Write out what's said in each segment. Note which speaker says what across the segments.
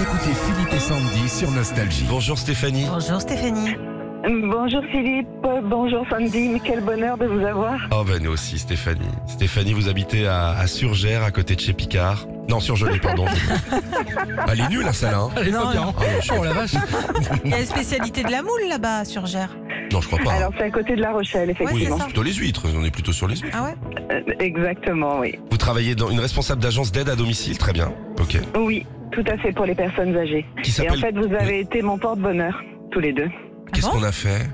Speaker 1: écoutez Philippe et Sandy sur Nostalgie.
Speaker 2: Bonjour Stéphanie.
Speaker 3: Bonjour Stéphanie.
Speaker 4: Bonjour Philippe, bonjour Sandy, mais quel bonheur de vous avoir.
Speaker 2: Oh ben nous aussi Stéphanie. Stéphanie, vous habitez à, à Surgères, à côté de chez Picard. Non, Surgelé, pardon. Elle est nulle la salle, hein
Speaker 3: Elle est pas bien. Oh,
Speaker 2: Ah, non, je-
Speaker 1: la vache
Speaker 3: Il y a la spécialité de la moule là-bas sur Gère.
Speaker 2: Non, je crois pas. hein.
Speaker 4: Alors c'est à côté de La Rochelle,
Speaker 3: Ouais,
Speaker 2: oui,
Speaker 3: c'est
Speaker 4: effectivement.
Speaker 2: non,
Speaker 3: ça.
Speaker 2: plutôt les huîtres, on est plutôt sur les huîtres.
Speaker 3: Ah ouais
Speaker 4: Euh, Exactement, oui.
Speaker 2: Vous travaillez dans une responsable d'agence d'aide à domicile, très bien. Ok.
Speaker 4: Oui, tout à fait pour les personnes âgées.
Speaker 2: Qui
Speaker 4: Et en
Speaker 2: s'appelle
Speaker 4: fait, vous avez été mon porte-bonheur, tous les deux.
Speaker 2: Qu'est-ce
Speaker 3: Ah bon
Speaker 2: qu'on a fait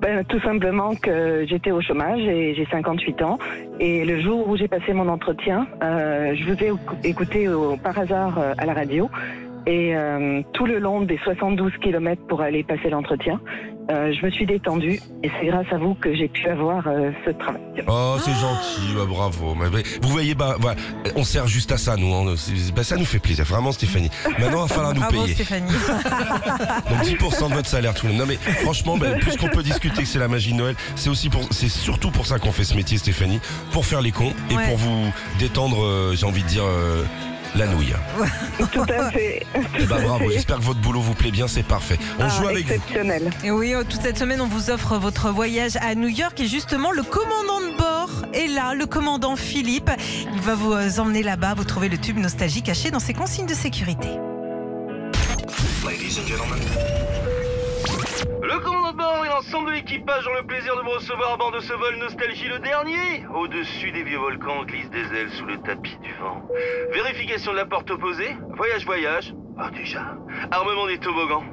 Speaker 4: Ben, tout simplement que j'étais au chômage et j'ai 58 ans. Et le jour où j'ai passé mon entretien, euh, je vous ai écou- écouté au- par hasard euh, à la radio. Et euh, tout le long des 72 kilomètres pour aller passer l'entretien, euh, je me suis détendue. Et c'est grâce à vous que j'ai pu avoir euh, ce travail.
Speaker 2: Oh, c'est
Speaker 3: Ah.
Speaker 2: gentil, bah, bravo. Mais- mais Vous voyez, bah, voilà, on sert juste à ça, nous. hein. C'est- bah, ça nous fait plaisir, vraiment, Stéphanie. Maintenant, il va falloir nous
Speaker 3: Bravo
Speaker 2: payer.
Speaker 3: Stéphanie.
Speaker 4: Ah
Speaker 2: Donc 10% de votre salaire tout le monde. Non mais franchement, bah, puisqu'on peut discuter que c'est la magie de Noël, c'est aussi pour, c'est surtout pour ça qu'on fait ce métier, Stéphanie, pour faire les cons et
Speaker 3: Ouais.
Speaker 2: pour vous détendre, euh, j'ai envie de dire. euh, la nouille.
Speaker 4: Tout à fait.
Speaker 2: Eh ben, bravo, j'espère que votre boulot vous plaît bien, c'est parfait. On
Speaker 4: Ah,
Speaker 2: joue avec vous.
Speaker 4: exceptionnel.
Speaker 3: Et oui, euh, toute cette semaine, on vous offre votre voyage à New York. Et justement, le commandant de bord est là, le commandant Philippe. Il va vous euh, emmener là-bas. Vous trouvez le tube nostalgie caché dans ses consignes de sécurité.
Speaker 5: Le commandant de bord et l'ensemble de l'équipage ont le plaisir de me recevoir à bord de ce vol Nostalgie le dernier. Au-dessus des vieux volcans glissent des ailes sous le tapis du vent. Vérification de la porte opposée. Voyage, voyage. Ah déjà. Armement des toboggans.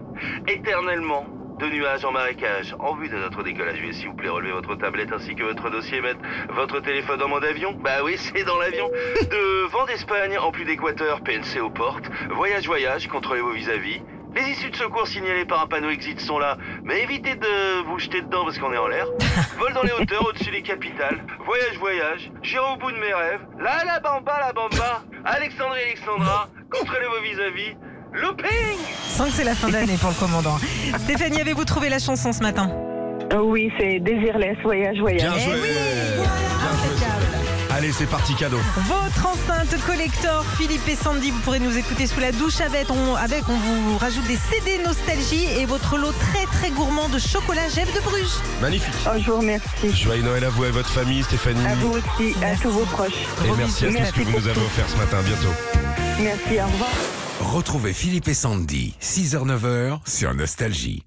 Speaker 5: Éternellement. De nuages en marécage. En vue de notre décollage, veuillez s'il vous plaît relever votre tablette ainsi que votre dossier, mettre votre téléphone en mode avion. Bah oui, c'est dans l'avion. De vent d'Espagne en plus d'Équateur, PNC aux portes. Voyage, voyage, contrôlez vos vis-à-vis. Les issues de secours signalées par un panneau exit sont là, mais évitez de vous jeter dedans parce qu'on est en l'air. Vol dans les hauteurs, au-dessus des capitales. Voyage, voyage. J'irai au bout de mes rêves. Là, la bamba, la bamba. Alexandrie, Alexandra. Contrôlez vos vis-à-vis. Looping
Speaker 3: Je sens que c'est la fin d'année pour le commandant. Stéphanie, avez-vous trouvé la chanson ce matin
Speaker 4: Oh Oui, c'est Désirless, voyage, voyage.
Speaker 2: Bien joué. Bien joué, Stéphanie. Allez, c'est parti cadeau.
Speaker 3: Votre enceinte collector, Philippe et Sandy, vous pourrez nous écouter sous la douche avec. On, avec, on vous rajoute des CD nostalgie et votre lot très très gourmand de chocolat Jeff de Bruges.
Speaker 2: Magnifique.
Speaker 4: Oh, je vous remercie.
Speaker 2: Joyeux Noël à vous et à votre famille, Stéphanie.
Speaker 4: À vous aussi, à
Speaker 3: Merci.
Speaker 4: tous vos proches.
Speaker 2: Et
Speaker 3: Gros
Speaker 2: merci à
Speaker 3: bisous.
Speaker 2: tout ce que vous nous avez offert ce matin. À bientôt.
Speaker 4: Merci, au revoir.
Speaker 1: Retrouvez Philippe et Sandy, 6h-9h sur Nostalgie.